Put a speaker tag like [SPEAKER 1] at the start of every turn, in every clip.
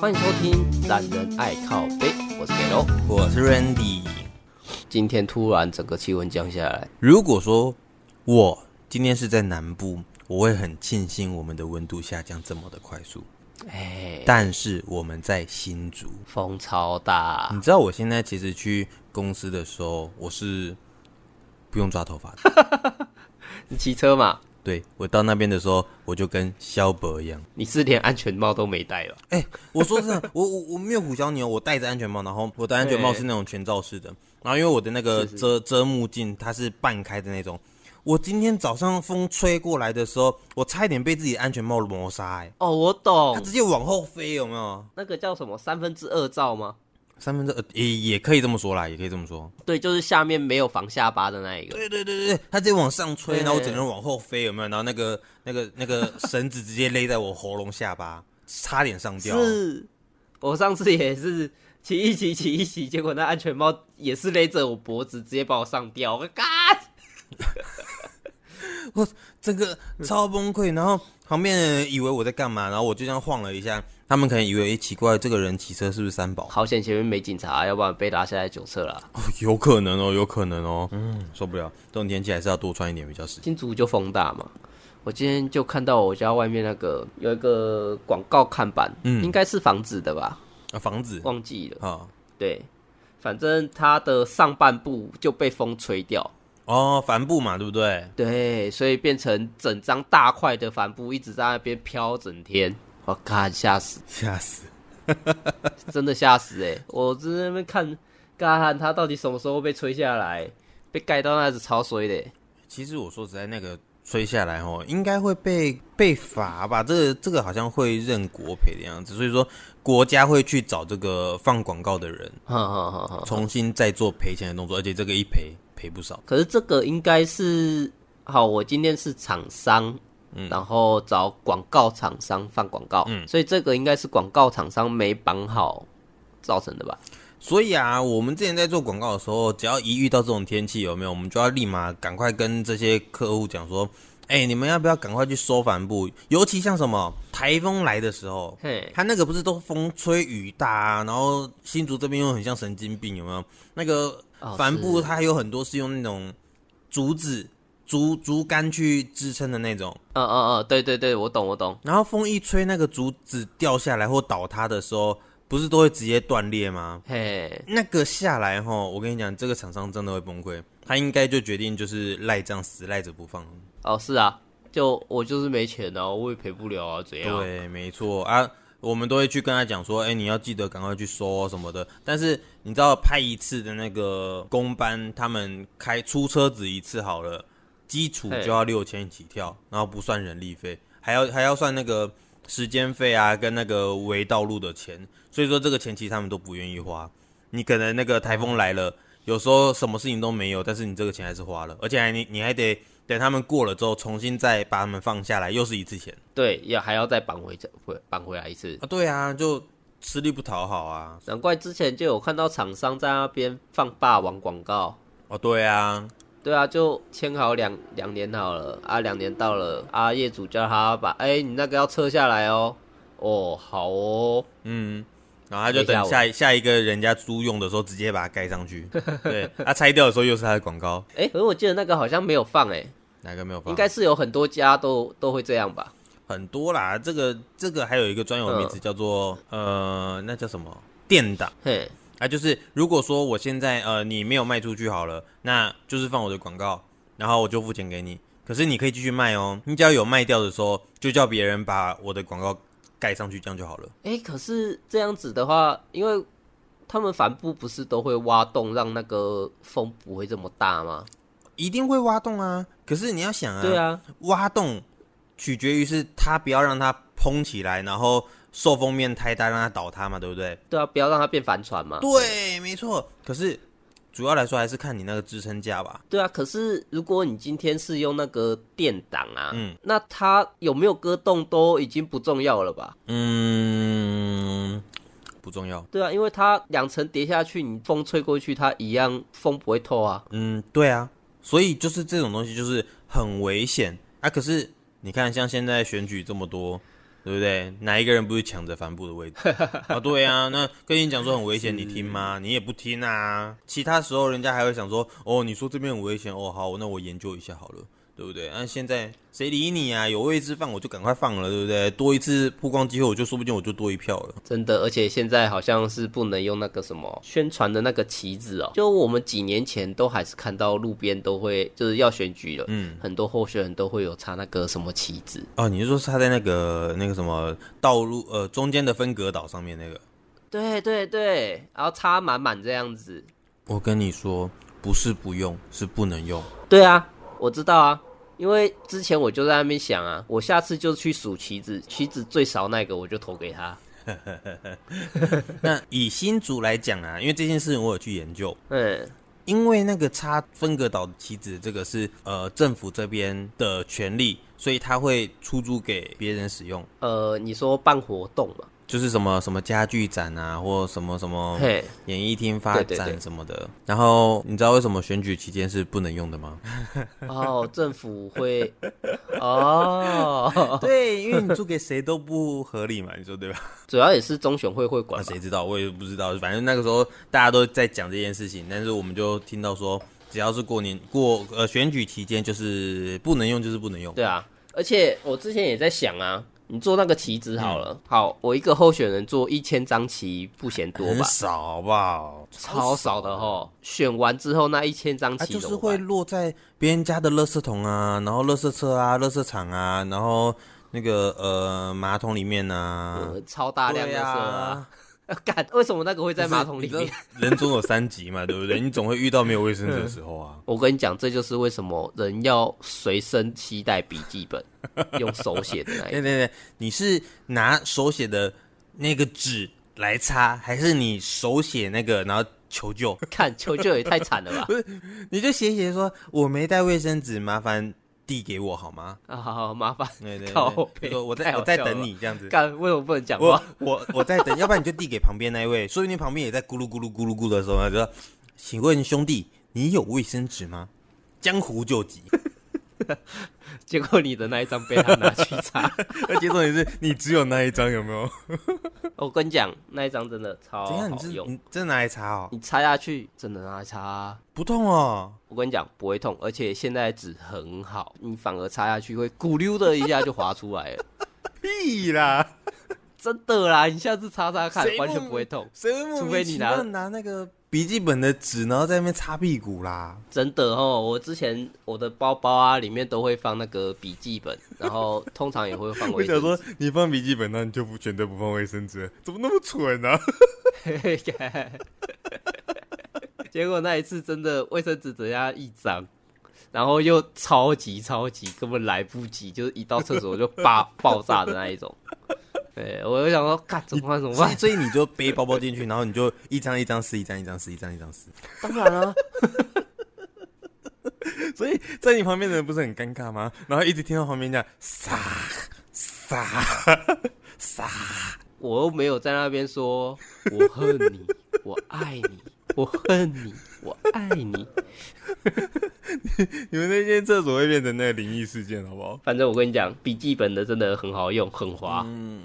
[SPEAKER 1] 欢迎收听《懒人爱靠背》，我是 Gelo。
[SPEAKER 2] 我是 Randy。
[SPEAKER 1] 今天突然整个气温降下来，
[SPEAKER 2] 如果说我今天是在南部，我会很庆幸我们的温度下降这么的快速。
[SPEAKER 1] 哎，
[SPEAKER 2] 但是我们在新竹，
[SPEAKER 1] 风超大
[SPEAKER 2] 你，知道我现在其实去公司的时候，我是不用抓头发的。
[SPEAKER 1] 你骑车嘛？
[SPEAKER 2] 对我到那边的时候，我就跟萧伯一样。
[SPEAKER 1] 你是连安全帽都没戴吧？
[SPEAKER 2] 哎、我说真的，我我我没有虎啸你哦，我戴着安全帽，然后我的安全帽是那种全罩式的，然后因为我的那个
[SPEAKER 1] 是是
[SPEAKER 2] 遮遮目镜它是半开的那种。我今天早上风吹过来的时候，我差一点被自己的安全帽磨砂、哎，
[SPEAKER 1] 哦，我
[SPEAKER 2] 它
[SPEAKER 1] 懂
[SPEAKER 2] 直，接往后飞，有没有？
[SPEAKER 1] 那个叫什么三分之二罩吗？
[SPEAKER 2] 三分之二也也可以这么说啦，也可以这么说。
[SPEAKER 1] 对，就是下面没有防下巴的那一个。
[SPEAKER 2] 对对对对，对它直接往上吹，
[SPEAKER 1] 对
[SPEAKER 2] 然后我整个人往后飞，有没有？然后那个那个那个绳子直接勒在我喉咙下巴，差点上吊。
[SPEAKER 1] 是，我上次也是骑一骑骑一骑，结果那安全帽也是勒着我脖子，直接把我上吊。我干！
[SPEAKER 2] 整个超崩溃，然后旁边的人以为我在干嘛，然后我就这样晃了一下，他们可能以为诶奇怪，这个人骑车是不是三宝？
[SPEAKER 1] 好险前面没警察，要不然被拉下来酒测了。
[SPEAKER 2] 哦，有可能哦，有可能哦，嗯，受不了，这种天气还是要多穿一点比较实际。
[SPEAKER 1] 新竹就风大嘛，我今天就看到我家外面那个有一个广告看板，
[SPEAKER 2] 嗯
[SPEAKER 1] 应该是房子的吧，
[SPEAKER 2] 啊，房子
[SPEAKER 1] 忘记了。
[SPEAKER 2] 啊，
[SPEAKER 1] 对，反正它的上半部就被风吹掉，
[SPEAKER 2] 哦，帆布嘛，对不对？
[SPEAKER 1] 对，所以变成整张大块的帆布一直在那边飘整天。我看吓死，
[SPEAKER 2] 吓死！
[SPEAKER 1] 真的吓死哎、我在那边看，看它到底什么时候被吹下来，被盖到那是超衰的欸、
[SPEAKER 2] 其实我说实在，那个吹下来哦，应该会被被罚吧？这个这个好像会认国赔的样子，所以说国家会去找这个放广告的人
[SPEAKER 1] 哈哈哈哈。
[SPEAKER 2] 重新再做赔钱的动作，而且这个一赔赔不少。
[SPEAKER 1] 可是这个应该是好，我今天是厂商，然后找广告厂商放广告，所以这个应该是广告厂商没绑好造成的吧？
[SPEAKER 2] 所以啊，我们之前在做广告的时候，只要一遇到这种天气，有没有，我们就要立马赶快跟这些客户讲说，哎、你们要不要赶快去收帆布？尤其像什么台风来的时 候，
[SPEAKER 1] 嘿，
[SPEAKER 2] 它那个不是都风吹雨大、啊，然后新竹这边又很像神经病，有没有？那个
[SPEAKER 1] 哦
[SPEAKER 2] 帆布
[SPEAKER 1] 是
[SPEAKER 2] 它还有很多是用那种竹子、竹竹竿去支撑的那种，
[SPEAKER 1] 嗯嗯嗯，对对对，我懂我懂，
[SPEAKER 2] 然后风一吹，那个竹子掉下来或倒塌的时候，不是都会直接断裂吗？
[SPEAKER 1] 嘿，
[SPEAKER 2] 那个下来哈，我跟你讲，这个厂商真的会崩溃，他应该就决定就是赖账，死赖着不放。
[SPEAKER 1] 哦是啊，就我就是没钱啊，我也赔不了啊，怎样？
[SPEAKER 2] 对，没错啊，我们都会去跟他讲说，哎、你要记得赶快去收哦什么的。但是你知道派一次的那个公班，他们开出车子一次好了，基础
[SPEAKER 1] 嘿
[SPEAKER 2] 就要六千起跳，然后不算人力费，还要还要算那个时间费啊，跟那个围道路的钱。所以说这个钱其实他们都不愿意花。你可能那个台风来了，有时候什么事情都没有，但是你这个钱还是花了，而且还你你还得等他们过了之后，重新再把他们放下来，又是一次钱。
[SPEAKER 1] 对，也还要再绑回回绑回来一次。
[SPEAKER 2] 啊，对啊，就吃力不讨好啊。
[SPEAKER 1] 难怪之前就有看到厂商在那边放霸王广告，
[SPEAKER 2] 哦，对啊，
[SPEAKER 1] 对啊，就签好两两年好了啊，两年到了啊，业主叫他把哎、你那个要撤下来哦，哦好哦，
[SPEAKER 2] 嗯，然后他就
[SPEAKER 1] 等一下
[SPEAKER 2] 等下一下一个人家租用的时候，直接把它盖 上去。对，他、拆掉的时候又是他的广告，
[SPEAKER 1] 哎、可是我记得那个好像没有放哎、
[SPEAKER 2] 哪个没有放？
[SPEAKER 1] 应该是有很多家都都会这样吧？
[SPEAKER 2] 很多啦。这个这个还有一个专有名词
[SPEAKER 1] 嗯
[SPEAKER 2] 叫做、呃，那叫什么？电档
[SPEAKER 1] 嘿，
[SPEAKER 2] 啊，就是如果说我现在呃你没有卖出去好了，那就是放我的广告，然后我就付钱给你。可是你可以继续卖哦，你只要有卖掉的时候，就叫别人把我的广告盖上去，这样就好了。
[SPEAKER 1] 哎、可是这样子的话，因为他们帆布不是都会挖洞，让那个风不会这么大吗？
[SPEAKER 2] 一定会挖洞啊。可是你要想啊，
[SPEAKER 1] 对啊，
[SPEAKER 2] 挖洞取决于是它不要让它蓬起来，然后受风面太大让它倒塌嘛，对不对？
[SPEAKER 1] 对啊，不要让它变帆船嘛。
[SPEAKER 2] 对，没错。可是主要来说还是看你那个支撑架吧。
[SPEAKER 1] 对啊，可是如果你今天是用那个电档啊，
[SPEAKER 2] 嗯
[SPEAKER 1] 那它有没有割洞都已经不重要了吧？
[SPEAKER 2] 嗯，不重要。
[SPEAKER 1] 对啊，因为它两层叠下去，你风吹过去，它一样风不会透啊。
[SPEAKER 2] 嗯，对啊。所以就是这种东西就是很危险啊。可是你看，像现在选举这么多，对不对？哪一个人不是抢着帆布的位置啊？对啊，那跟你讲说很危险，你听吗？你也不听啊。其他时候人家还会想说，哦，你说这边很危险，哦，好，那我研究一下好了，对不对？那、现在谁理你啊？有位置放我就赶快放了，对不对？多一次曝光机会，我就说不定我就多一票了。
[SPEAKER 1] 真的，而且现在好像是不能用那个什么宣传的那个旗子哦，就我们几年前都还是看到路边都会，就是要选举了，嗯，很多候选人都会有插那个什么旗子，
[SPEAKER 2] 哦，你是说插在那个那个什么道路呃中间的分隔岛上面那个？
[SPEAKER 1] 对对对，然后插满满这样子，
[SPEAKER 2] 我跟你说，不是不用，是不能用。
[SPEAKER 1] 对啊，我知道啊，因为之前我就在那边想啊，我下次就去数旗子，旗子最少那个我就投给他，
[SPEAKER 2] 那以新竹来讲啊，因为这件事情我有去研究，
[SPEAKER 1] 嗯，
[SPEAKER 2] 因为那个插分隔岛的旗子，这个是呃政府这边的权利，所以他会出租给别人使用，
[SPEAKER 1] 呃，你说办活动嘛，
[SPEAKER 2] 就是什么什么家具展啊，或什么什么
[SPEAKER 1] 嘿，
[SPEAKER 2] 演艺厅发
[SPEAKER 1] 对对对
[SPEAKER 2] 展什么的。然后你知道为什么选举期间是不能用的吗？
[SPEAKER 1] 哦，政府会，哦，
[SPEAKER 2] 对，因为你租给谁都不合理嘛，你说对吧？
[SPEAKER 1] 主要也是中选会会管
[SPEAKER 2] 那
[SPEAKER 1] 吧，
[SPEAKER 2] 谁知道？我也不知道。反正那个时候大家都在讲这件事情，但是我们就听到说，只要是过年过呃选举期间，就是不能用，就是不能用。
[SPEAKER 1] 对啊，而且我之前也在想啊，你做那个旗子好了，
[SPEAKER 2] 嗯
[SPEAKER 1] 好，我一个候选人做一千张旗不嫌多
[SPEAKER 2] 很
[SPEAKER 1] 吧，
[SPEAKER 2] 少，好不好？
[SPEAKER 1] 超少的哦吼。选完之后那一千张
[SPEAKER 2] 它
[SPEAKER 1] 旗
[SPEAKER 2] 啊就
[SPEAKER 1] 怎
[SPEAKER 2] 是
[SPEAKER 1] 么
[SPEAKER 2] 会
[SPEAKER 1] 办？
[SPEAKER 2] 落在别人家的垃圾桶啊，然后垃圾车啊、垃圾场啊，然后那个呃马桶里面啊，
[SPEAKER 1] 呃超大量的
[SPEAKER 2] 对
[SPEAKER 1] 色
[SPEAKER 2] 啊
[SPEAKER 1] 啊！， 干，为什么那个会在马桶里
[SPEAKER 2] 不是。你
[SPEAKER 1] 面
[SPEAKER 2] 知？道人总有三急嘛，对不对？你总会遇到没有卫生纸的时候啊。
[SPEAKER 1] 我跟你讲，这就是为什么人要随身携带笔记本，用手写的那一 种。
[SPEAKER 2] 对对对，你是拿手写的那个纸来擦，还是你手写那个然后求救？
[SPEAKER 1] 看球球也太惨了吧！
[SPEAKER 2] 你就写写说我没带卫生纸，麻烦递给我好吗？
[SPEAKER 1] 啊，好好麻烦，
[SPEAKER 2] 对对
[SPEAKER 1] 靠
[SPEAKER 2] 对，
[SPEAKER 1] 北
[SPEAKER 2] 就说我
[SPEAKER 1] 太
[SPEAKER 2] 在
[SPEAKER 1] 好
[SPEAKER 2] 我在
[SPEAKER 1] 笑了
[SPEAKER 2] 等你这样子。
[SPEAKER 1] 干，为什么不能讲
[SPEAKER 2] 我
[SPEAKER 1] 话？
[SPEAKER 2] 我我在等，要不然你就递给旁边那一位，说不定旁边也在咕噜咕噜咕噜咕噜的时候，就说：“请问兄弟，你有卫生纸吗？”江湖救急，
[SPEAKER 1] 结果你的那一张被他拿去擦。
[SPEAKER 2] 而且重点是你只有那一张，有没有？
[SPEAKER 1] 我跟你讲，那一张真的超
[SPEAKER 2] 怎样？你
[SPEAKER 1] 哦好
[SPEAKER 2] 是
[SPEAKER 1] 用，
[SPEAKER 2] 你真的拿来擦哦？
[SPEAKER 1] 你擦下去真的拿来擦啊。
[SPEAKER 2] 不痛哦？
[SPEAKER 1] 我跟你讲，不会痛，而且现在纸很好，你反而擦下去会咕溜的一下就滑出来 了，
[SPEAKER 2] 屁啦！
[SPEAKER 1] 真的啦！你下次擦擦看
[SPEAKER 2] 谁，
[SPEAKER 1] 完全
[SPEAKER 2] 莫
[SPEAKER 1] 不会痛，
[SPEAKER 2] 谁会莫
[SPEAKER 1] 除
[SPEAKER 2] 名
[SPEAKER 1] 非
[SPEAKER 2] 其
[SPEAKER 1] 你
[SPEAKER 2] 妙
[SPEAKER 1] 拿
[SPEAKER 2] 拿那个笔记本的纸，然后在那边擦屁股啦？
[SPEAKER 1] 真的哦。我之前我的包包啊，里面都会放那个笔记本，然后通常也会放
[SPEAKER 2] 我
[SPEAKER 1] 卫
[SPEAKER 2] 想
[SPEAKER 1] 生
[SPEAKER 2] 说
[SPEAKER 1] 纸。，
[SPEAKER 2] 你放笔记本，那你就不选择不放卫生纸，怎么那么蠢啊？
[SPEAKER 1] 结果那一次真的卫生纸只剩下一张，然后又超级超级根本来不及，就是一到厕所就爆爆炸的那一 种。对，我就想说，看怎么办怎么
[SPEAKER 2] 所以
[SPEAKER 1] 办？
[SPEAKER 2] 所以你 就背包包进去，然后你就一张一张撕，一张一张撕，一张一张撕。
[SPEAKER 1] 当然了、
[SPEAKER 2] 所以在你旁边的人不是很尴尬吗？然后一直听到旁边讲撒撒撒，
[SPEAKER 1] 我又没有在那边说我恨你，我爱你，我恨你，我爱你。
[SPEAKER 2] 你们那间厕所会变成那个灵异事件，好不好？
[SPEAKER 1] 反正我跟你讲，笔记本的真的很好用，很滑，嗯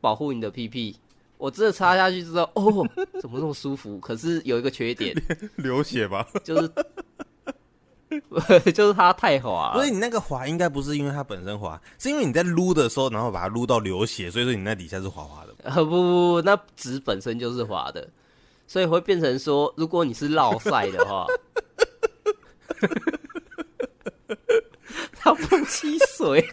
[SPEAKER 1] 保护你的屁屁。我真的插下去之后， 哦，怎么那么舒服？可是有一个缺 点，
[SPEAKER 2] 流血吧？
[SPEAKER 1] 就是 就是它太滑
[SPEAKER 2] 所
[SPEAKER 1] 了
[SPEAKER 2] 以。你那个滑应该不是因为它本身滑，是因为你在撸的时候，然后把它撸到流血，所以说你那底下是滑滑的。
[SPEAKER 1] 呃，不不不，那纸本身就是滑的，所以会变成说，如果你是绕赛的话，它不吸水。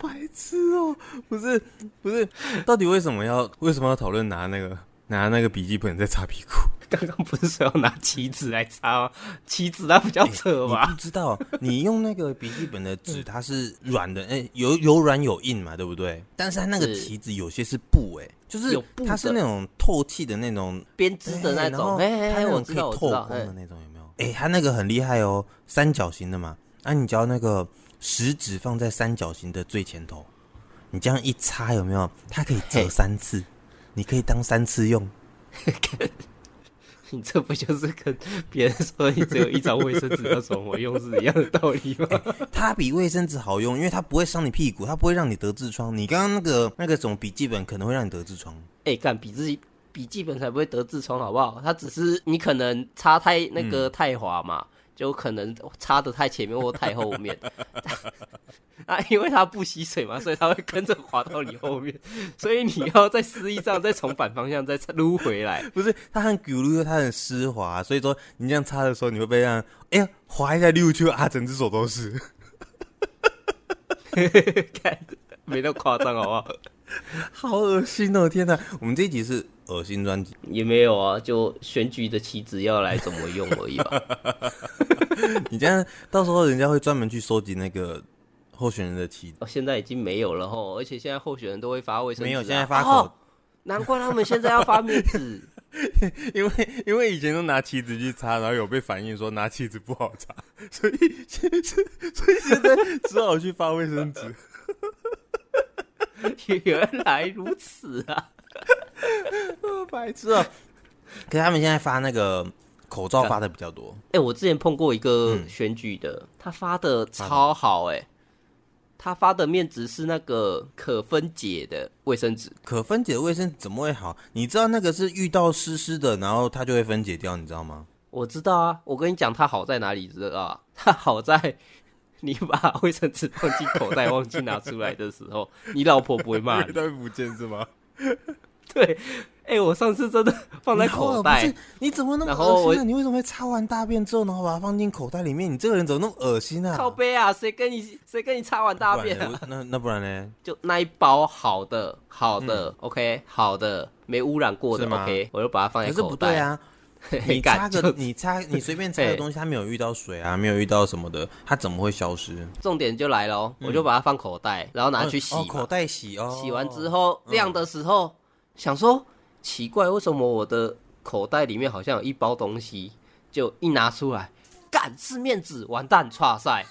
[SPEAKER 2] 白痴哦、不是不是，到底为什么要为什么要讨论拿那个拿那个笔记本在擦屁股？
[SPEAKER 1] 刚刚不是说要拿棋子来擦吗？棋子那比较扯
[SPEAKER 2] 你
[SPEAKER 1] 吧？嗯
[SPEAKER 2] 不知道，你用那个笔记本的 纸，它是软的，哎、有有软有硬嘛，对不对？但是它那个
[SPEAKER 1] 是
[SPEAKER 2] 旗子有些是布、哎，就是
[SPEAKER 1] 有布的
[SPEAKER 2] 它是那种透气的那种
[SPEAKER 1] 编织的那种，
[SPEAKER 2] 哎
[SPEAKER 1] 哎
[SPEAKER 2] 然后
[SPEAKER 1] 哎
[SPEAKER 2] 它
[SPEAKER 1] 哎，
[SPEAKER 2] 那
[SPEAKER 1] 我
[SPEAKER 2] 种可
[SPEAKER 1] 知
[SPEAKER 2] 以
[SPEAKER 1] 道，
[SPEAKER 2] 透
[SPEAKER 1] 我知道
[SPEAKER 2] 光，
[SPEAKER 1] 哎
[SPEAKER 2] 的那种有没有？哎、它那个很厉害哦，三角形的嘛。啊，你只要那个食指放在三角形的最前头，你这样一插有没有？它可以折
[SPEAKER 1] 嘿
[SPEAKER 2] 三次，你可以当三次用。
[SPEAKER 1] 你这不就是跟别人说你只有一张卫生纸要什么用是一样的道理吗？
[SPEAKER 2] 它比卫生纸好用，因为它不会伤你屁股，它不会让你得痔疮。你刚刚那个那个什么笔记本可能会让你得痔疮。
[SPEAKER 1] 哎、干笔记笔记本才不会得痔疮好不好？它只是你可能擦太那个
[SPEAKER 2] 嗯
[SPEAKER 1] 太滑嘛，就可能擦的太前面或太后面。 啊，因为它不吸水嘛，所以它会跟着滑到你后面，所以你要再撕一张，再从反方向再撸回来。
[SPEAKER 2] 不是，它很咕噜，它很湿滑，所以说你这样擦的时候，你会被让哎呀滑一下溜去啊，整只手都是。
[SPEAKER 1] 看，没那么夸张好不好？
[SPEAKER 2] 好恶心哦！天哪，我们这一集是恶心专辑，
[SPEAKER 1] 也没有啊，就选举的棋子要来怎么用而已吧。
[SPEAKER 2] 你这样呃到时候人家会专门去收集那个候选人的旗子。
[SPEAKER 1] 哦，现在已经没有了吼，而且现在候选人都会发卫生纸啊、
[SPEAKER 2] 没有，现在发
[SPEAKER 1] 哦
[SPEAKER 2] 口，
[SPEAKER 1] 难怪他们现在要发面纸。
[SPEAKER 2] 因为因为以前都拿旗子去擦，然后有被反映说拿旗子不好擦，所以 所以现在只好去发卫生纸。
[SPEAKER 1] 原来如此啊！
[SPEAKER 2] 白痴啊！可是他们现在发那个口罩发的比较多，
[SPEAKER 1] 哎、我之前碰过一个
[SPEAKER 2] 嗯
[SPEAKER 1] 选举的，他发的超好哎、他发的面纸是那个可分解的卫生纸，
[SPEAKER 2] 可分解的卫生纸怎么会好？你知道那个是遇到湿湿的，然后它就会分解掉，你知道吗？
[SPEAKER 1] 我知道啊。我跟你讲，它好在哪里知道啊？ 它好在你把卫生纸放进口袋忘记拿出来的时候，你老婆不会骂你。
[SPEAKER 2] 它会不见是吗？
[SPEAKER 1] 对，哎、我上次真的 放在哦口袋，，
[SPEAKER 2] 你怎么那么
[SPEAKER 1] 然后
[SPEAKER 2] 恶
[SPEAKER 1] 我
[SPEAKER 2] 心呢、啊你为什么会擦完大便之后，然后把它放进口袋里面？你这个人怎么那么恶心啊？
[SPEAKER 1] 靠背啊，谁跟你谁跟你擦完大便、啊？
[SPEAKER 2] 不然呢那那不然呢？
[SPEAKER 1] 就那一包好的，好的、o k 好的，没污染过的
[SPEAKER 2] 嗯是吗
[SPEAKER 1] ，OK，我就把它放
[SPEAKER 2] 可
[SPEAKER 1] 在
[SPEAKER 2] 是
[SPEAKER 1] 口
[SPEAKER 2] 不对
[SPEAKER 1] 袋。
[SPEAKER 2] 啊！
[SPEAKER 1] 你
[SPEAKER 2] 你
[SPEAKER 1] 敢
[SPEAKER 2] 擦
[SPEAKER 1] 就
[SPEAKER 2] 个你擦你随便擦
[SPEAKER 1] 嘿
[SPEAKER 2] 个东西，它没有遇到水啊，没有遇到什么的，它怎么会消失？
[SPEAKER 1] 重点就来咯，我
[SPEAKER 2] 嗯
[SPEAKER 1] 就把它放口袋，然后拿去洗嘛、
[SPEAKER 2] 哦，口袋洗哦，
[SPEAKER 1] 洗完之后晾的时候，想说奇怪，为什么我的口袋里面好像有一包东西？就一拿出来，干是面纸，完蛋，差 赛。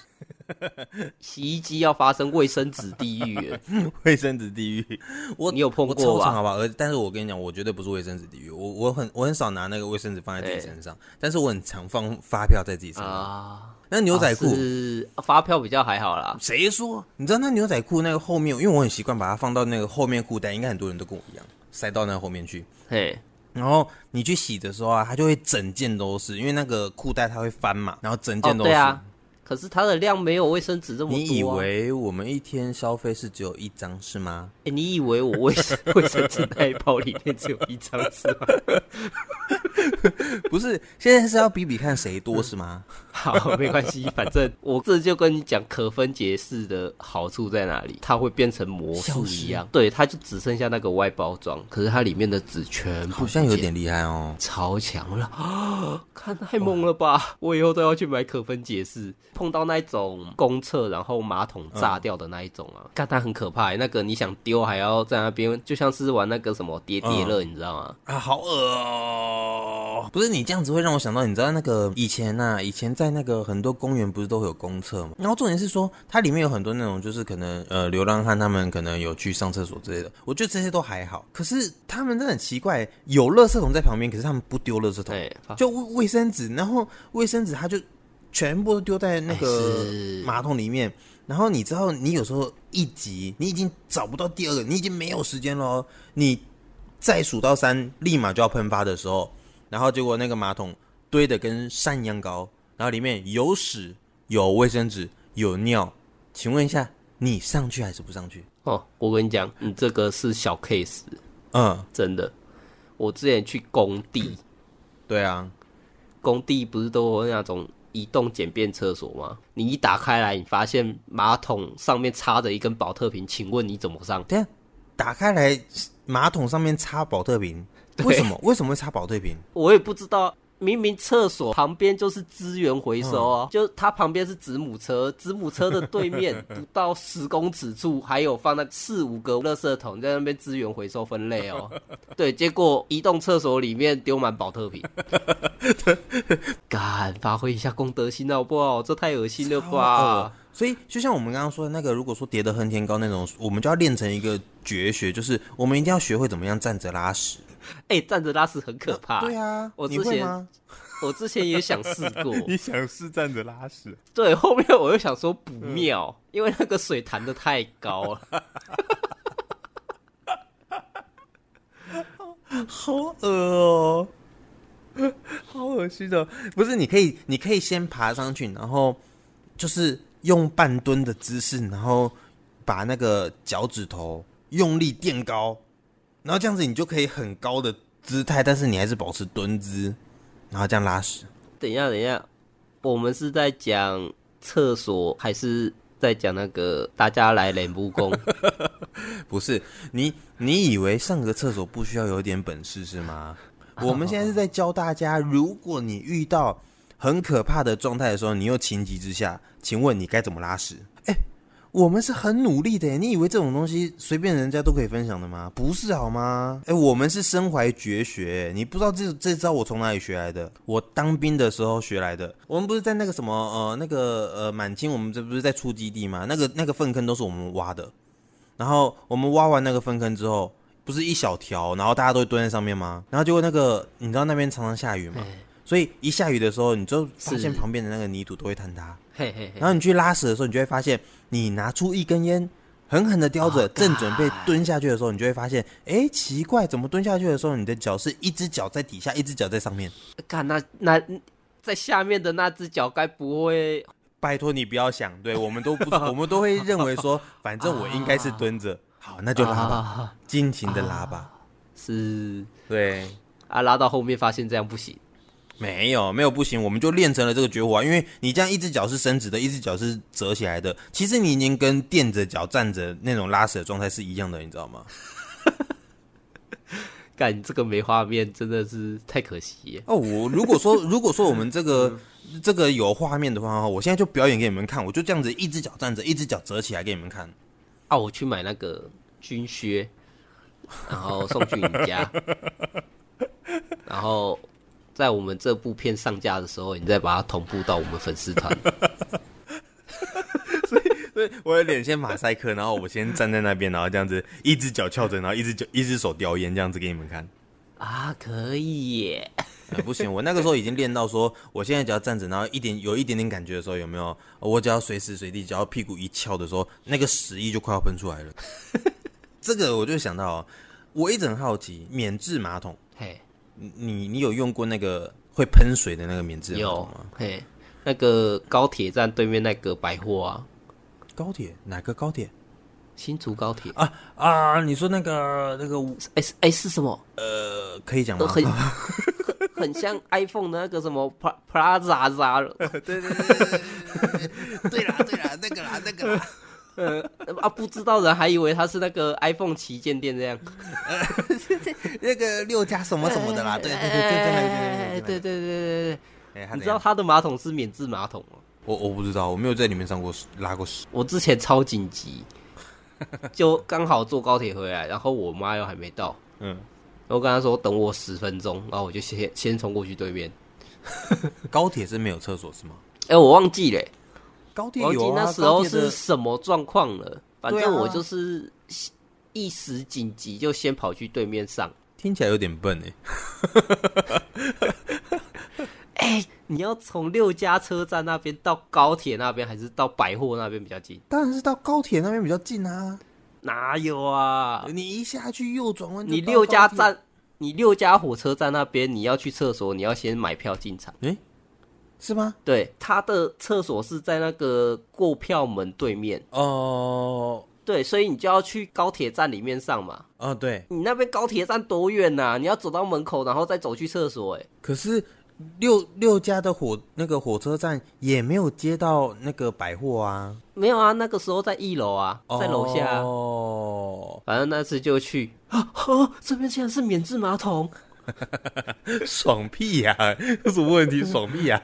[SPEAKER 1] 洗衣机要发生卫生纸地狱 了，
[SPEAKER 2] 卫生纸地狱，我
[SPEAKER 1] 你有碰
[SPEAKER 2] 我
[SPEAKER 1] 过
[SPEAKER 2] 超
[SPEAKER 1] 吧？
[SPEAKER 2] 常好吧？而但是我跟你讲，我绝对不是卫生纸地狱，我我很我很少拿那个卫生纸放在自己
[SPEAKER 1] 哎
[SPEAKER 2] 身上，但是我很常放发票在自己身上。
[SPEAKER 1] 啊，
[SPEAKER 2] 那牛仔裤
[SPEAKER 1] 啊是发票比较还好啦，
[SPEAKER 2] 谁说？你知道那牛仔裤那个后面，因为我很习惯把它放到那个后面裤袋，应该很多人都跟我一样塞到那个后面去。
[SPEAKER 1] 嘿，
[SPEAKER 2] 然后你去洗的时候啊，它就会整件都是，因为那个裤带它会翻嘛，然后整件
[SPEAKER 1] 哦
[SPEAKER 2] 都是。
[SPEAKER 1] 对啊，可是它的量没有卫生纸这么多、啊。
[SPEAKER 2] 你以为我们一天消费是只有一张是吗？
[SPEAKER 1] 诶欸你以为我卫生 卫生纸那一包里面只有一张是吗？
[SPEAKER 2] 不是，现在是要比比看谁多是吗？
[SPEAKER 1] 好， 没关系，反正我这就跟你讲可分解式的好处在哪里，它会变成魔术一样，对，它就只剩下那个外包装，可是它里面的纸全部
[SPEAKER 2] 好像有
[SPEAKER 1] 不见
[SPEAKER 2] 点厉害哦。
[SPEAKER 1] 超强了 啊！看太猛了吧！我以后都要去买可分解式。碰到那一种公厕然后马桶
[SPEAKER 2] 嗯
[SPEAKER 1] 炸掉的那一种啊，看它很可怕欸、那个你想丢还要在那边，就像是玩那个什么叠
[SPEAKER 2] 嗯
[SPEAKER 1] 叠乐，你知道吗？
[SPEAKER 2] 啊，好恶哦！不是你这样子会让我想到，你知道那个以前呐、以前在那个很多公园不是都会有公厕嘛？然后重点是说，它里面有很多那种就是可能呃流浪汉他们可能有去上厕所之类的，我觉得这些都还好。可是他们真的很奇怪，有垃圾桶在旁边，可是他们不丢垃圾桶，
[SPEAKER 1] 对，
[SPEAKER 2] 就卫卫生纸，然后卫生纸它就全部都丢在那
[SPEAKER 1] 哎
[SPEAKER 2] 个
[SPEAKER 1] 是
[SPEAKER 2] 马桶里面。然后你知道，你有时候一集你已经找不到第二个，你已经没有时间了哦。你再数到三，立马就要喷发的时候，然后结果那个马桶堆的跟山一样高，然后里面有屎、有卫生纸、有尿，请问一下，你上去还是不上去？
[SPEAKER 1] 哦，我跟你讲，你这个是小 case，
[SPEAKER 2] 嗯，
[SPEAKER 1] 真的。我之前去工地，
[SPEAKER 2] 对啊，
[SPEAKER 1] 工地不是都有那种移动简便厕所吗？你一打开来，你发现马桶上面插着一根保特瓶，请问你怎么上？
[SPEAKER 2] 啊等一下打开来，马桶上面插保特瓶，
[SPEAKER 1] 对
[SPEAKER 2] 为什么？为什么会插保特瓶？
[SPEAKER 1] 我也不知道，明明厕所旁边就是资源回收哦，
[SPEAKER 2] 嗯
[SPEAKER 1] 就它旁边是子母车，子母车的对面不到十公尺处还有放那四五个垃圾桶在那边资源回收分类 哦。对，结果移动厕所里面丢满保特 瓶，敢发挥一下公德心好不好？这太恶心了
[SPEAKER 2] 超恶
[SPEAKER 3] 啊
[SPEAKER 1] 吧！
[SPEAKER 2] 呃所以就像我们刚刚说的那个，如果说叠得恨天高那种，我们就要练成一个绝学，就是我们一定要学会怎么样站着拉屎。
[SPEAKER 1] 哎、站着拉屎很可怕。
[SPEAKER 2] 对啊，
[SPEAKER 1] 我
[SPEAKER 2] 你
[SPEAKER 1] 之
[SPEAKER 2] 会
[SPEAKER 1] 前
[SPEAKER 2] 吗？
[SPEAKER 1] 我之前也想试 过，
[SPEAKER 3] 你想是站着拉屎？
[SPEAKER 1] 对，后面我又想说不妙，因为那个水弹的太高了。
[SPEAKER 3] 好恶哦、
[SPEAKER 2] 好恶心的，不是？你可以，你可以先爬上去，然后就是用半蹲的姿势，然后把那个脚趾头用力垫高，然后这样子你就可以很高的姿态，但是你还是保持蹲姿，然后这样拉屎。
[SPEAKER 1] 等一下，等一下，我们是在讲厕所，还是在讲那个大家来练武 功？
[SPEAKER 2] 不是你，你以为上个厕所不需要有点本事是吗？我们现在是在教大家，如果你遇到很可怕的状态的时候，你又情急之下，请问你该怎么拉屎？哎、我们是很努力的耶，你以为这种东西随便人家都可以分享的吗？不是好吗？哎、我们是身怀绝学耶，你不知道这这招我从哪里学来的？我当兵的时候学来的。我们不是在那个什么呃那个呃满清，我们这不是在出基地吗？那个那个粪坑都是我们挖的。然后我们挖完那个粪坑之后，不是一小条，然后大家都会蹲在上面吗？然后结果那个，你知道那边常常下雨嘛，所以一下雨的时候，你就发现
[SPEAKER 1] 是
[SPEAKER 2] 旁边的那个泥土都会坍塌。
[SPEAKER 1] 嘿嘿嘿
[SPEAKER 2] 然，后你去拉屎的时候，你就会发现，你拿出一根烟，狠狠的叼着，
[SPEAKER 1] Oh, God
[SPEAKER 2] 正准备蹲下去的时候，你就会发现，哎，奇怪，怎么蹲下去的时候，你的脚是一只脚在底下，一只脚在上面？
[SPEAKER 1] 看那那在下面的那只脚，该不会
[SPEAKER 2] 拜托你不要想，对我们都 不，我们都会认为说，反正我应该是蹲着，好，那就拉吧，
[SPEAKER 1] 啊？
[SPEAKER 2] 尽情的拉吧，
[SPEAKER 1] 是
[SPEAKER 2] 对。
[SPEAKER 1] 啊，拉到后面发现这样不行，
[SPEAKER 2] 没有，没有不行，我们就练成了这个绝活啊！因为你这样一只脚是伸直的，一只脚是折起来的，其实你已经跟垫着脚站着那种拉屎的状态是一样的，你知道吗？
[SPEAKER 1] 干这个没画面真的是太可惜耶。
[SPEAKER 2] 哦，我如果说如果说我们这个这个有画面的话，我现在就表演给你们看，我就这样子一只脚站着，一只脚折起来给你们看。
[SPEAKER 1] 啊，我去买那个军靴，然后送去你 家，然后在我们这部片上架的时候，你再把它同步到我们粉丝团。
[SPEAKER 2] 对，我的脸先马赛克，然后我先站在那边，然后这样子一只脚翘着，然后一只脚一只手叼烟，这样子给你们看。
[SPEAKER 1] 啊，可以耶！
[SPEAKER 2] 哎不行，我那个时候已经练到说，我现在只要站着，然后一点有一点点感觉的时候，有没有？我只要随时随地，只要屁股一翘的时候，那个屎意就快要喷出来了。这个我就想到哦，我一直很好奇，免治马桶，
[SPEAKER 1] 嘿，
[SPEAKER 2] 你你你有用过那个会喷水的那个免治马桶
[SPEAKER 1] 有
[SPEAKER 2] 吗？
[SPEAKER 1] 嘿，那个高铁站对面那个百货啊，
[SPEAKER 2] 高铁哪个高铁
[SPEAKER 1] 新竹高铁，
[SPEAKER 2] 啊啊？你说那个那个
[SPEAKER 1] 哎是哎是什么？
[SPEAKER 2] 呃，可以讲
[SPEAKER 1] 都？
[SPEAKER 2] 吗
[SPEAKER 1] 很 很像 iPhone 的那个什么 Pla- Plaza 啥，
[SPEAKER 2] 对啦对啦，那个啦那个啦，
[SPEAKER 1] 呃 啊，不知道人还以为它是那个 iPhone 旗舰店这样。
[SPEAKER 2] 那个六加什么什么的啦，对对 对，就就那 个
[SPEAKER 1] 哎对对对对对
[SPEAKER 2] 哎他
[SPEAKER 1] 对，你
[SPEAKER 2] 怎
[SPEAKER 1] 知道
[SPEAKER 2] 样
[SPEAKER 1] 它的马桶是免治马桶吗？
[SPEAKER 2] 我我不知道，我没有在里面上过屎，拉过屎。
[SPEAKER 1] 我之前超紧 急，就刚好坐高铁回来，然后我妈又还没到，
[SPEAKER 2] 嗯，
[SPEAKER 1] 然后跟她说等我十分钟，然后我就先 先冲过去对面。
[SPEAKER 2] 高铁是没有厕所是吗？
[SPEAKER 1] 哎、我忘记了、
[SPEAKER 2] 高铁
[SPEAKER 1] 我忘记
[SPEAKER 2] 有啊，
[SPEAKER 1] 那时候
[SPEAKER 2] 高铁
[SPEAKER 1] 是
[SPEAKER 2] 的
[SPEAKER 1] 什么状况了。反
[SPEAKER 2] 对
[SPEAKER 1] 正
[SPEAKER 2] 啊
[SPEAKER 1] 我就是一时紧急，就先跑去对面上。
[SPEAKER 2] 听起来有点笨哎。
[SPEAKER 1] 哎、你要从六家车站那边到高铁那边，还是到百货那边比较近？
[SPEAKER 2] 当然是到高铁那边比较近啊，
[SPEAKER 1] 哪有啊？
[SPEAKER 2] 你一下去右转弯就
[SPEAKER 1] 你
[SPEAKER 2] 到
[SPEAKER 1] 六家
[SPEAKER 2] 高铁，
[SPEAKER 1] 站，你六家火车站那边，你要去厕所，你要先买票进场。
[SPEAKER 2] 哎，是吗？
[SPEAKER 1] 对，他的厕所是在那个购票门对面。
[SPEAKER 2] 哦
[SPEAKER 1] 对，所以你就要去高铁站里面上嘛。
[SPEAKER 2] 哦，对，
[SPEAKER 1] 你那边高铁站多远呐、你要走到门口，然后再走去厕所、哎，
[SPEAKER 2] 可是六六家的火那个火车站也没有接到那个百货啊，
[SPEAKER 1] 没有啊，那个时候在一楼啊，在楼下、啊。
[SPEAKER 2] 哦，
[SPEAKER 1] 反正那次就去啊，哦，这边竟然是免治马桶
[SPEAKER 2] 爽屁呀、 有什么问题？爽屁呀、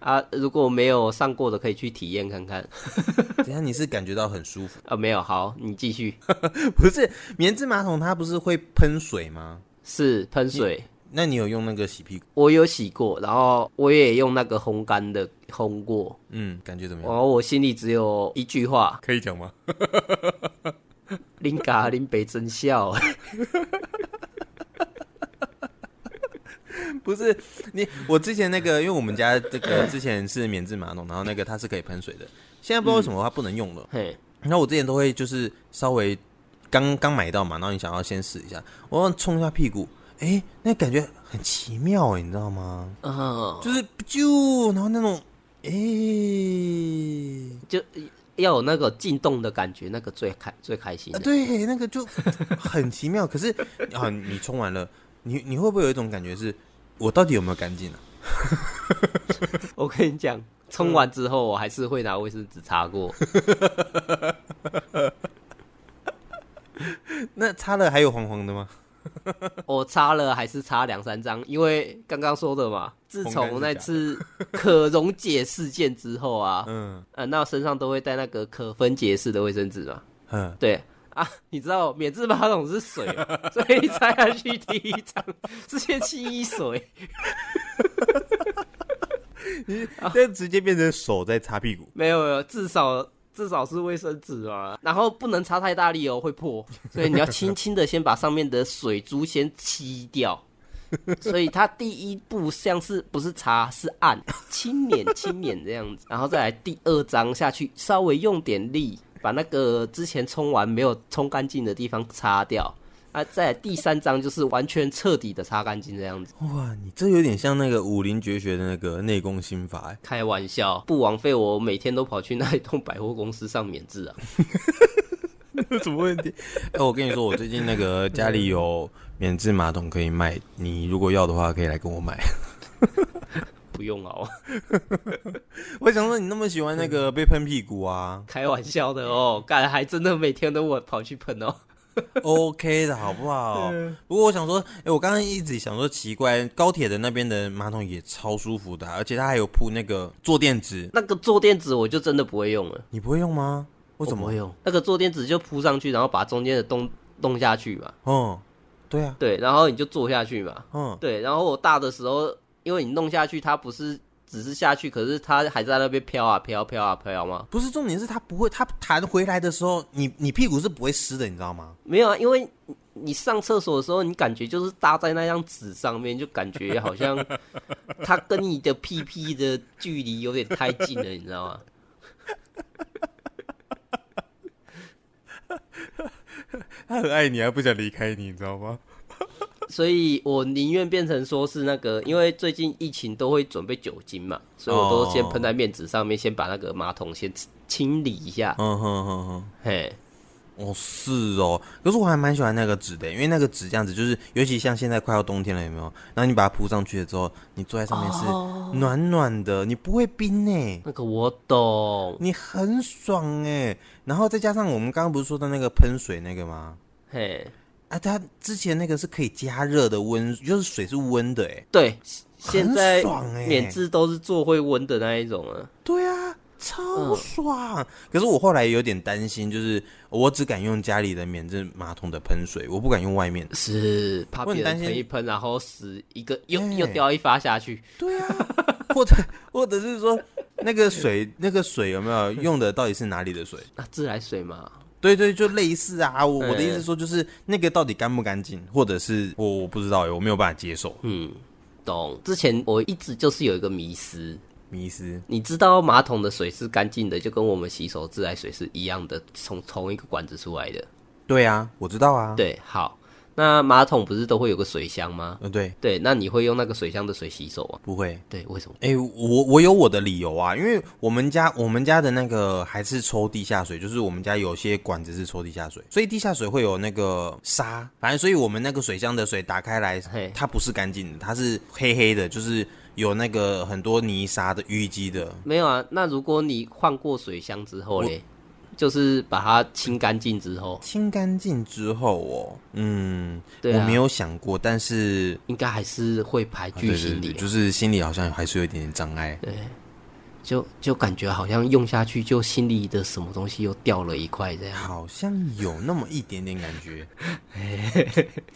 [SPEAKER 1] 啊！如果没有上过的，可以去体验看看
[SPEAKER 2] 等一下你是感觉到很舒服，
[SPEAKER 1] 啊。没有，好，你继续。
[SPEAKER 2] 不是棉质马桶它不是会喷水吗？
[SPEAKER 1] 是喷水，
[SPEAKER 2] 那你有用那个洗屁股？
[SPEAKER 1] 我有洗过，然后我也用那个烘干的烘过，
[SPEAKER 2] 嗯，感觉怎么
[SPEAKER 1] 然
[SPEAKER 2] 样？
[SPEAKER 1] 后我心里只有一句话：
[SPEAKER 2] 可以讲吗？
[SPEAKER 1] 林嘎 林北真笑。
[SPEAKER 2] 不是你，我之前那个，因为我们家这个之前是免治马桶，然后那个它是可以喷水的，现在不知道为什么它不能用 了。
[SPEAKER 1] 嘿，
[SPEAKER 2] 然后我之前都会就是稍微刚刚买到嘛，然后你想要先试一下，我要冲一下屁股，哎，那感觉很奇妙哎，你知道吗？
[SPEAKER 1] 嗯，
[SPEAKER 2] 就是啾，然后那种哎。
[SPEAKER 1] 就要有那个进洞的感觉，那个最开最开心
[SPEAKER 2] 啊，
[SPEAKER 1] 的。
[SPEAKER 2] 对，那个就很奇妙。可是啊，你冲完了，你你会不会有一种感觉是，我到底有没有干净啊？
[SPEAKER 1] 我跟你讲，冲完之后我还是会拿卫生纸擦 过。
[SPEAKER 2] 那擦了还有黄黄的吗？
[SPEAKER 1] 我擦了还是擦两三张，因为刚刚说的嘛，自从那次可溶解事件之后啊，
[SPEAKER 2] 嗯
[SPEAKER 1] 呃，那身上都会带那个可分解式的卫生纸嘛。
[SPEAKER 2] 嗯，
[SPEAKER 1] 对啊，你知道免治马桶是水嘛， 所以擦下去第一张是先七一水。
[SPEAKER 2] 这直接变成手在擦屁股。
[SPEAKER 1] 没有没有，至少至少是卫生纸嘛，然后不能擦太大力哦，会破，所以你要轻轻的先把上面的水珠先吸掉。所以它第一步像是不是擦是按轻捻轻捻这样子，然后再来第二张下去，稍微用点力把那个之前冲完没有冲干净的地方擦掉，啊，再来第三张就是完全彻底的擦干净这样子。
[SPEAKER 2] 哇，你这有点像那个武林绝学的那个内功心法 哎。
[SPEAKER 1] 开玩笑，不枉费我每天都跑去那一栋百货公司上免治啊。
[SPEAKER 3] 有什么问题？
[SPEAKER 2] 哎、我跟你说，我最近那个家里有免治马桶可以卖，你如果要的话，可以来跟我买。
[SPEAKER 1] 不用啊，我
[SPEAKER 2] 我想说，你那么喜欢那个被喷屁股啊
[SPEAKER 1] 开玩笑的 哦，干还真的每天都我跑去喷哦。
[SPEAKER 2] ，OK 的好不好？不过我想说，哎、我刚刚一直想说奇怪，高铁的那边的马桶也超舒服的啊、而且它还有铺那个坐垫纸，
[SPEAKER 1] 那个坐垫纸我就真的不会用了，
[SPEAKER 2] 你不会用吗？为什
[SPEAKER 1] 我不
[SPEAKER 2] 么
[SPEAKER 1] 会？用？那个坐垫纸就铺上去，然后把中间的洞弄下去嘛，
[SPEAKER 3] 哦
[SPEAKER 2] 嗯，对啊，
[SPEAKER 1] 对，然后你就坐下去嘛，
[SPEAKER 2] 嗯，
[SPEAKER 1] 对，然后我大的时候，因为你弄下去，它不是只是下去，可是它还在那边飘啊飘飘啊飘嘛。
[SPEAKER 2] 不是重点是它不会，它弹回来的时候，你你屁股是不会湿的，你知道吗？
[SPEAKER 1] 没有啊，因为你你上厕所的时候，你感觉就是搭在那张纸上面，就感觉好像它跟你的屁屁的距离有点太近了，你知道吗？
[SPEAKER 3] 他很爱你，啊还不想离开你，你知道吗？
[SPEAKER 1] 所以我宁愿变成说是那个，因为最近疫情都会准备酒精嘛，所以我都先喷在面纸上面，先把那个马桶先清理一下。
[SPEAKER 2] 嗯哼哼哼。
[SPEAKER 1] 嘿，
[SPEAKER 2] 哦，是哦，可是我还蛮喜欢那个纸的，因为那个纸这样子，就是尤其像现在快要冬天了，有没有？然后你把它铺上去了之后，你坐在上面是暖暖的，你不会冰呢，
[SPEAKER 1] 那个我懂。
[SPEAKER 2] 你很爽哎。然后再加上我们刚刚不是说的那个喷水那个吗？
[SPEAKER 1] 嘿，
[SPEAKER 2] 啊，它之前那个是可以加热的温，就是水是温的哎。
[SPEAKER 1] 对，现在
[SPEAKER 2] 爽欸
[SPEAKER 1] 免治都是做会温的那一种啊。
[SPEAKER 2] 对啊，超爽。可是我后来有点担心，就是我只敢用家里的免治马桶的喷水，我不敢用外面的。
[SPEAKER 1] 是怕
[SPEAKER 2] 我很
[SPEAKER 1] 别
[SPEAKER 2] 担
[SPEAKER 1] 人
[SPEAKER 2] 心
[SPEAKER 1] 喷一喷，然后死一个又
[SPEAKER 2] 嘿
[SPEAKER 1] 又掉一发下去。
[SPEAKER 2] 对啊， 或者或者是说那个水，那个水有没 有用的到底是哪里的水？
[SPEAKER 1] 那、自来水嘛，
[SPEAKER 2] 对对，就类似啊。我我的
[SPEAKER 1] 哎
[SPEAKER 2] 意思说，就是那个到底干不干净，或者是我我不知道耶，欸我没有办法接受。
[SPEAKER 1] 嗯，懂。之前我一直就是有一个迷思，
[SPEAKER 2] 迷失
[SPEAKER 1] 你知道马桶的水是干净的，就跟我们洗手自来水是一样的，从同一个管子出来的。
[SPEAKER 2] 对啊，我知道啊。
[SPEAKER 1] 对，好，那马桶不是都会有个水箱吗？
[SPEAKER 2] 嗯，对，
[SPEAKER 1] 对，那你会用那个水箱的水洗手吗？
[SPEAKER 2] 不会。
[SPEAKER 1] 对，为什么？
[SPEAKER 2] 哎、我我有我的理由啊，因为我们家我们家的那个还是抽地下水，就是我们家有些管子是抽地下水，所以地下水会有那个沙，反正所以我们那个水箱的水打开来
[SPEAKER 1] 嘿，
[SPEAKER 2] 它不是干净的，它是黑黑的，就是有那个很多泥沙的淤积的。
[SPEAKER 1] 没有啊，那如果你换过水箱之后嘞，就是把它清干净之后，
[SPEAKER 2] 清干净之后哦，嗯，
[SPEAKER 1] 对啊
[SPEAKER 2] 我没有想过，但是
[SPEAKER 1] 应该还是会排
[SPEAKER 2] 啊
[SPEAKER 1] 拒
[SPEAKER 2] 对对
[SPEAKER 1] 心啊
[SPEAKER 2] 对，
[SPEAKER 1] 理。
[SPEAKER 2] 就是心里好像还是有一点点障碍。
[SPEAKER 1] 对，就就感觉好像用下去，就心里的什么东西又掉了一块这样。
[SPEAKER 2] 好像有那么一点点感觉，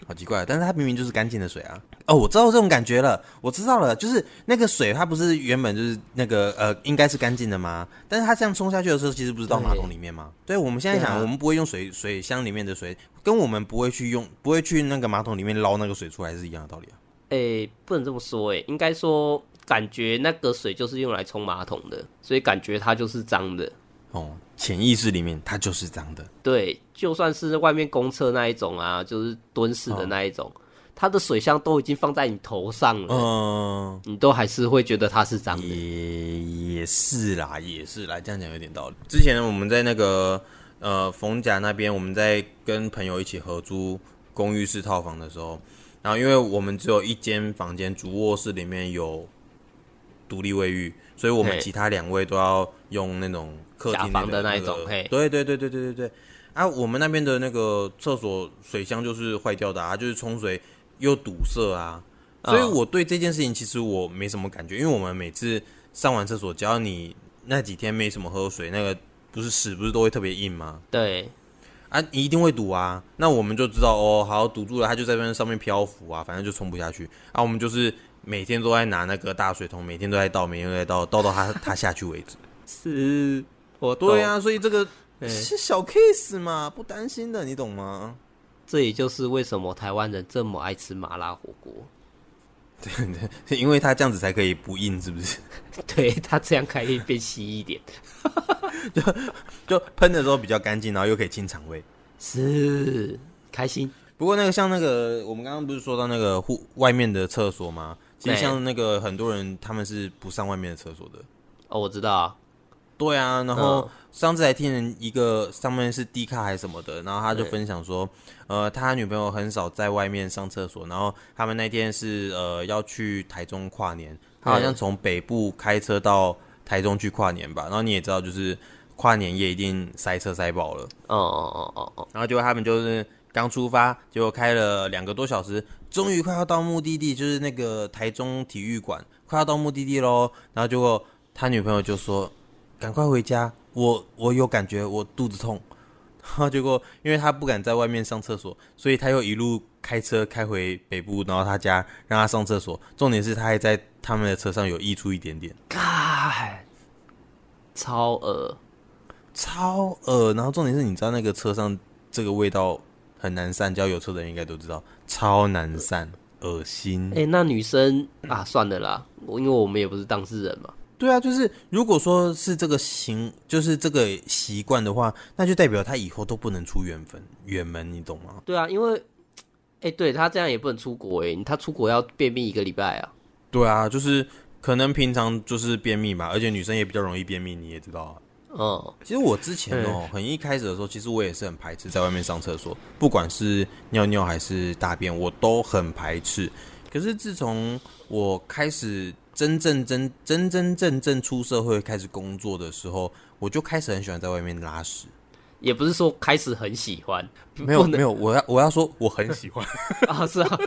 [SPEAKER 2] 好奇怪，但是它明明就是干净的水啊！哦，我知道这种感觉了，我知道了，就是那个水它不是原本就是那个呃应该是干净的吗？但是它这样冲下去的时候，其实不是到马桶里面吗？对，我们现在
[SPEAKER 1] 对
[SPEAKER 2] 想，
[SPEAKER 1] 啊
[SPEAKER 2] 我们不会用水水箱里面的水，跟我们不会去用不会去那个马桶里面捞那个水出来是一样的道理啊。
[SPEAKER 1] 诶、不能这么说、诶，应该说感觉那个水就是用来冲马桶的，所以感觉它就是脏的。
[SPEAKER 2] 哦，潜意识里面它就是脏的，
[SPEAKER 1] 对，就算是外面公厕那一种啊，就是蹲式的那一种，它的水箱都已经放在你头上了，
[SPEAKER 2] 嗯，
[SPEAKER 1] 你都还是会觉得它是脏的。
[SPEAKER 2] 也也是啦，也是啦，这样讲有点道理。之前我们在那个呃逢甲那边，我们在跟朋友一起合租公寓式套房的时候，然后因为我们只有一间房间，主卧室里面有独立卫浴，所以我们
[SPEAKER 1] 嘿
[SPEAKER 2] 其他两位都要用那种客厅
[SPEAKER 1] 假房的
[SPEAKER 2] 那
[SPEAKER 1] 那一
[SPEAKER 2] 个
[SPEAKER 1] 种嘿
[SPEAKER 2] 对对对对对对对。啊，我们那边的那个厕所水箱就是坏掉的啊，就是冲水又堵塞啊，所以
[SPEAKER 1] 嗯
[SPEAKER 2] 我对这件事情其实我没什么感觉，因为我们每次上完厕所，只要你那几天没什么喝水，那个不是屎不是都会特别硬吗？
[SPEAKER 1] 对，
[SPEAKER 2] 啊，你一定会堵啊，那我们就知道哦，好堵住了，它就在那上面漂浮啊，反正就冲不下去啊。我们就是每天都在拿那个大水桶，每天都在倒，每天都在倒，倒到它它下去为止。
[SPEAKER 1] 是，我
[SPEAKER 2] 对
[SPEAKER 1] 懂
[SPEAKER 2] 啊，所以这个
[SPEAKER 1] 对
[SPEAKER 2] 是小 case 嘛，不担心的，你懂吗？
[SPEAKER 1] 这也就是为什么台湾人这么爱吃麻辣火锅。
[SPEAKER 2] 是 因为它这样子才可以不硬，是不是？
[SPEAKER 1] 对它这样可以变稀一点。
[SPEAKER 2] 就喷的时候比较干净，然后又可以清肠胃。
[SPEAKER 1] 是开心，
[SPEAKER 2] 不过那个像那个，我们刚刚不是说到那个户外面的厕所吗？其实
[SPEAKER 1] 对
[SPEAKER 2] 像那个很多人他们是不上外面的厕所的。
[SPEAKER 1] 哦，我知道啊，
[SPEAKER 2] 对啊，然后
[SPEAKER 1] 嗯
[SPEAKER 2] 上次还听人一个上面是 D 卡还是什么的，然后他就
[SPEAKER 1] 对
[SPEAKER 2] 分享说，呃，他女朋友很少在外面上厕所，然后他们那天是呃要去台中跨年，他好像
[SPEAKER 1] 嗯
[SPEAKER 2] 从北部开车到台中去跨年吧，然后你也知道就是跨年夜一定塞车塞爆了。
[SPEAKER 1] 哦哦哦哦哦，
[SPEAKER 2] 然后结果他们就是刚出发，结果开了两个多小时，终于快要到目的地，就是那个台中体育馆，快要到目的地喽。然后结果他女朋友就说：“赶快回家，我我有感觉，我肚子痛。”然后结果因为他不敢在外面上厕所，所以他又一路开车开回北部，然后他家让他上厕所。重点是他还在他们的车上有溢出一点点，
[SPEAKER 1] 干，超恶，
[SPEAKER 2] 超恶。然后重点是，你知道那个车上这个味道很难散，只要有车的人应该都知道，超难散，恶心。
[SPEAKER 1] 哎、那女生啊，算了啦，我因为我们也不是当事人嘛，
[SPEAKER 2] 对啊，就是如果说是这个行，就是这个习惯的话，那就代表他以后都不能出远门，远门你懂吗？
[SPEAKER 1] 对啊，因为，哎、对她这样也不能出国哎、她出国要便秘一个礼拜啊，
[SPEAKER 2] 对啊，就是可能平常就是便秘嘛，而且女生也比较容易便秘，你也知道啊。
[SPEAKER 1] 嗯，
[SPEAKER 2] 其实我之前哦，很一开始的时候，其实我也是很排斥在外面上厕所，不管是尿尿还是大便，我都很排斥。可是自从我开始真正真真真正正出社会开始工作的时候，我就开始很喜欢在外面拉屎。
[SPEAKER 1] 也不是说开始很喜 欢，
[SPEAKER 2] 没有
[SPEAKER 1] 不能
[SPEAKER 2] 没有，我要我要说我很喜欢，
[SPEAKER 1] 啊，是啊，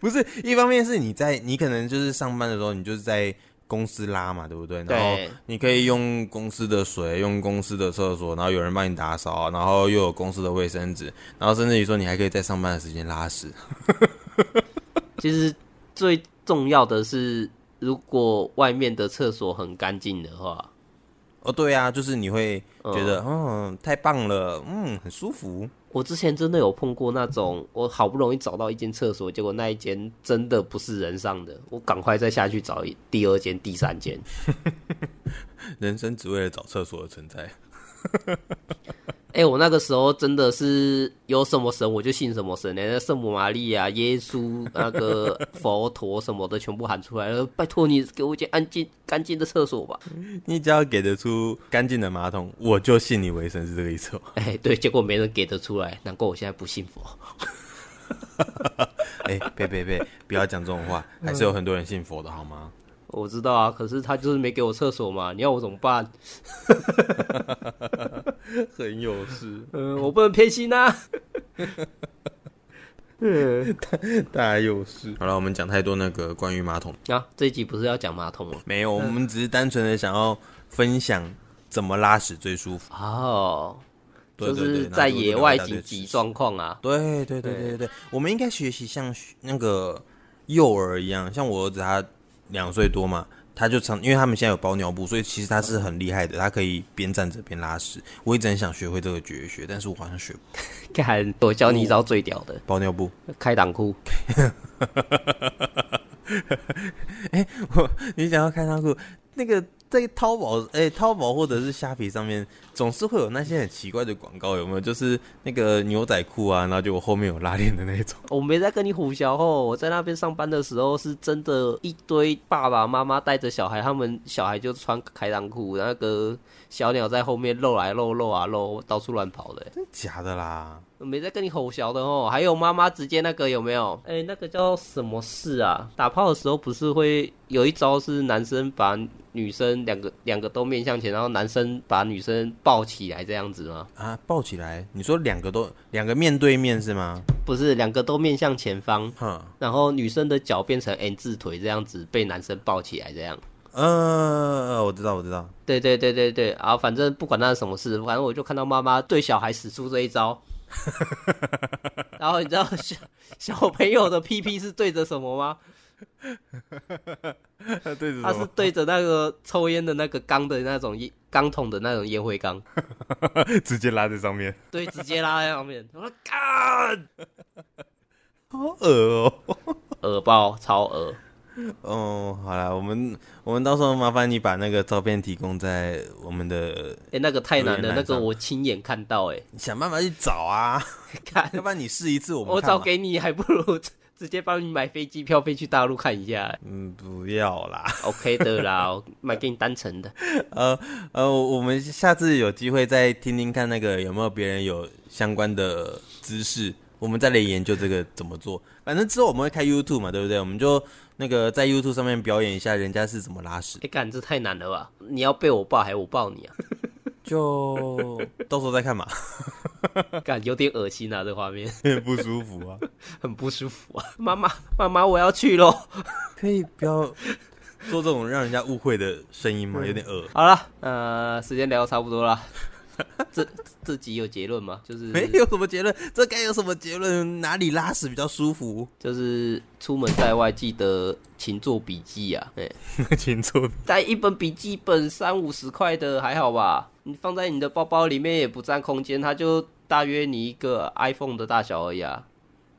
[SPEAKER 2] 不是一方面是你在你可能就是上班的时候，你就是在公司拉嘛，对不对？然后
[SPEAKER 1] 对
[SPEAKER 2] 你可以用公司的水，用公司的厕所，然后有人帮你打扫，然后又有公司的卫生纸，然后甚至于说你还可以在上班的时间拉屎。
[SPEAKER 1] 其实最重要的是，如果外面的厕所很干净的话，
[SPEAKER 2] 哦，对啊，就是你会
[SPEAKER 1] 嗯
[SPEAKER 2] 觉得，嗯，太棒了，嗯，很舒服。
[SPEAKER 1] 我之前真的有碰过那种，我好不容易找到一间厕所，结果那一间真的不是人上的，我赶快再下去找一第二间、第三间。
[SPEAKER 2] 嗯人生只为了找厕所而存在。
[SPEAKER 1] 哎、我那个时候真的是有什么神我就信什么神，连那圣母玛利亚、耶稣、那个佛陀什么的全部喊出来了，拜托你给我一间安静、干净的厕所吧。
[SPEAKER 2] 你只要给得出干净的马桶，我就信你为神，是这个意思吗？哦
[SPEAKER 1] 哎、对，结果没人给得出来，难怪我现在不信佛。
[SPEAKER 2] 哎、别别别，不要讲这种话，还是有很多人信佛的好吗？
[SPEAKER 1] 我知道啊，可是他就是没给我厕所嘛，你要我怎么办？
[SPEAKER 2] 很有事。
[SPEAKER 1] 嗯、我不能偏心啊。嗯，
[SPEAKER 3] 大有事。
[SPEAKER 2] 好了，我们讲太多那个关于马桶，
[SPEAKER 1] 啊，这一集不是要讲马桶吗？
[SPEAKER 2] 没有，我们只是单纯的想要分享怎么拉屎最舒服。
[SPEAKER 1] 哦，
[SPEAKER 2] 对
[SPEAKER 1] 就
[SPEAKER 2] 对对
[SPEAKER 1] 是
[SPEAKER 2] 那
[SPEAKER 1] 在
[SPEAKER 2] 就
[SPEAKER 1] 野
[SPEAKER 2] 聊
[SPEAKER 1] 外
[SPEAKER 2] 一大堆
[SPEAKER 1] 紧
[SPEAKER 2] 知
[SPEAKER 1] 急
[SPEAKER 2] 识
[SPEAKER 1] 状况啊。
[SPEAKER 2] 对对对对对对，我们应该学习像那个幼儿一样，像我儿子他两岁多嘛，他就常因为他们现在有包尿布，所以其实他是很厉害的，他可以边站着边拉屎。我一直很想学会这个绝学，但是我好像学不
[SPEAKER 1] 看，我教你一招最屌的，
[SPEAKER 2] 包尿布。
[SPEAKER 1] 开裆裤。
[SPEAKER 2] 你想要开仓库，那个在淘宝哎、淘宝或者是虾皮上面，总是会有那些很奇怪的广告，有没有？就是那个牛仔裤啊，然后结果后面有拉链的那种。
[SPEAKER 1] 我没在跟你胡聊哦，我在那边上班的时候是真的，一堆爸爸妈妈带着小孩，他们小孩就穿开裆裤，那个小鸟在后面露来露露啊露，到处乱跑的。
[SPEAKER 2] 真假的啦？
[SPEAKER 1] 我没在跟你吼小的哦，还有妈妈直接那个有没有？哎、那个叫什么事啊？打炮的时候不是会有一招是男生把女生两个两个都面向前，然后男生把女生抱起来这样子吗？
[SPEAKER 2] 啊，抱起来！你说两个都两个面对面是吗？
[SPEAKER 1] 不是，两个都面向前方，
[SPEAKER 2] 哼，
[SPEAKER 1] 然后女生的脚变成 N 字腿这样子，被男生抱起来这样。
[SPEAKER 2] 呃，我知道，我知道。
[SPEAKER 1] 对对对对对，啊，反正不管那是什么事，反正我就看到妈妈对小孩使出这一 招。然后你知道小小朋友的屁屁是对着什么吗？
[SPEAKER 3] 对着
[SPEAKER 1] 他是对着那个抽烟的那个缸的那种烟缸桶的那种烟灰缸，
[SPEAKER 3] 直接拉在上面，
[SPEAKER 1] 对，直接拉在上面。我说
[SPEAKER 2] 啊
[SPEAKER 1] 干，
[SPEAKER 2] 好恶哦、
[SPEAKER 1] 耳包超耳，
[SPEAKER 2] 哦，好啦，我们我们到时候麻烦你把那个照片提供在我们的，
[SPEAKER 1] 哎、那个太难
[SPEAKER 2] 有
[SPEAKER 1] 了，那
[SPEAKER 2] 点难
[SPEAKER 1] 个
[SPEAKER 2] 上
[SPEAKER 1] 我亲眼看到、欸，
[SPEAKER 2] 想办法去找啊，
[SPEAKER 1] 哎， 看
[SPEAKER 2] 要不然你试一次我们
[SPEAKER 1] 我
[SPEAKER 2] 看
[SPEAKER 1] 找
[SPEAKER 2] 嘛
[SPEAKER 1] 给你，还不如 直接帮你买飞机票飞去大陆看一下、
[SPEAKER 2] 嗯，不要啦。
[SPEAKER 1] OK 的啦，我买给你单程的。
[SPEAKER 2] 呃呃，我我们下次有机会再听听看那个有没有别人有相关的知识，我们再来研究这个怎么做。反正之后我们会开 YouTube 嘛，对不对？我们就那个在 YouTube 上面表演一下人家是怎么拉屎
[SPEAKER 1] 哎、，干，这太难了吧？你要被我抱还我抱你啊？
[SPEAKER 2] 就到时候再看 嘛。
[SPEAKER 1] 干，有点恶心啊，这画面
[SPEAKER 3] 不舒服啊。
[SPEAKER 1] 很不舒服啊。妈妈，妈妈，我要去喽。
[SPEAKER 2] 可以不要做这种让人家误会的声音吗？有点恶。
[SPEAKER 1] 好了，呃，时间聊得差不多了。 这这集有结论吗？就是
[SPEAKER 2] 没有什么结论，这该有什么结论？哪里拉屎比较舒 服？
[SPEAKER 1] 就是出门在外记得勤做笔记啊。哎、
[SPEAKER 3] 请坐。
[SPEAKER 1] 带一本笔记本三五十块的还好吧？你放在你的包包里面也不占空间，它就大约你一个 iPhone 的大小而已啊。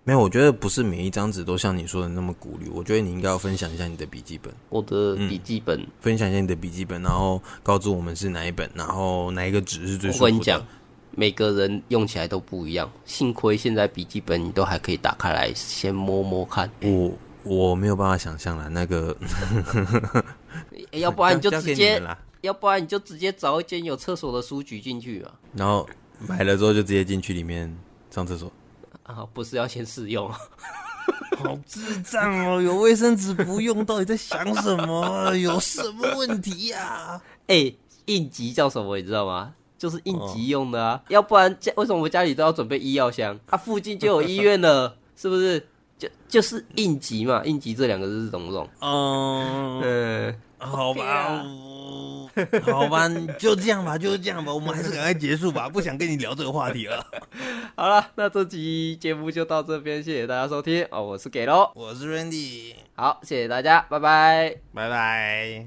[SPEAKER 2] 没有，我觉得不是每一张纸都像你说的那么鼓励。我觉得你应该要分享一下你的笔记本。
[SPEAKER 1] 我的笔记本，
[SPEAKER 2] 分享一下你的笔记本，然后告知我们是哪一本，然后哪一个纸是最舒服
[SPEAKER 1] 我
[SPEAKER 2] 的。
[SPEAKER 1] 跟你讲，，每个人用起来都不一样。幸亏现在笔记本你都还可以打开来先摸摸看，
[SPEAKER 2] 我我没有办法想象了，那个，
[SPEAKER 1] 诶 要不然你就
[SPEAKER 2] 交
[SPEAKER 1] 直
[SPEAKER 2] 交给你
[SPEAKER 1] 接
[SPEAKER 2] 们，啦，
[SPEAKER 1] 要不然你就直接找一间有厕所的书局进去嘛。
[SPEAKER 2] 然后买了之后就直接进去里面上厕所。
[SPEAKER 1] 啊，不是要先试用，
[SPEAKER 2] 好智障哦！有卫生纸不用，到底在想什么？有什么问题呀、
[SPEAKER 1] 哎、应急叫什么你知道吗？就是应急用的啊，要不然家为什么我家里都要准备医药箱？啊，附近就有医院了， 是不是？就就是应急嘛，应急这两个字是懂不懂？
[SPEAKER 2] 嗯，
[SPEAKER 1] 嗯，
[SPEAKER 2] 好
[SPEAKER 1] OK
[SPEAKER 2] 吧
[SPEAKER 1] 啦，
[SPEAKER 2] 我好吧，你就这样吧，就这样吧，我们还是赶快结束吧，不想跟你聊这个话题了。
[SPEAKER 1] 好了，那这集节目就到这边，谢谢大家收听哦，我是给喽，
[SPEAKER 2] 我是 Randy，
[SPEAKER 1] 好，谢谢大家，拜拜。
[SPEAKER 2] 拜拜。